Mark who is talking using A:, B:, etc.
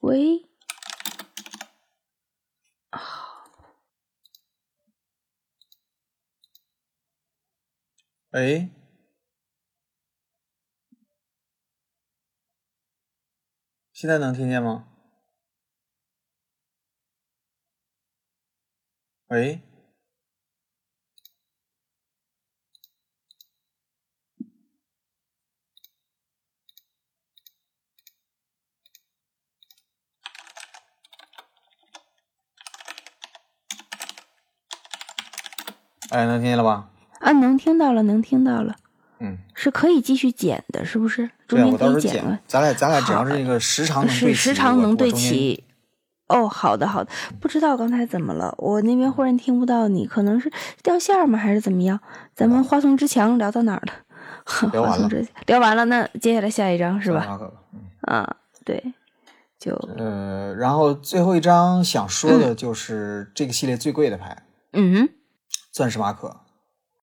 A: 喂，
B: 哎，现在能听见吗？喂，哎，能听见了吧？
A: 啊，能听到了，能听到了，
B: 嗯，
A: 是可以继续剪的，是不是？中
B: 对啊，
A: 间
B: 我到
A: 可
B: 时
A: 以
B: 候
A: 剪了
B: 剪，，咱俩咱俩只
A: 好
B: 要是那个时长能
A: 是
B: 对齐，
A: 时常
B: 我
A: 能
B: 我
A: 对
B: 中间
A: 齐。哦，好的好的，不知道刚才怎么了，我那边忽然听不到你，可能是掉线儿吗，还是怎么样？咱们花丛之墙聊到哪儿了？
B: 啊 聊
A: 花
B: 完
A: 丛
B: 了
A: 之聊完了，那接下来下一章是吧？
B: 啊可
A: 啊，对，就
B: 呃，然后最后一张想说的就是这个系列最贵的牌
A: 嗯
B: ——钻石马可。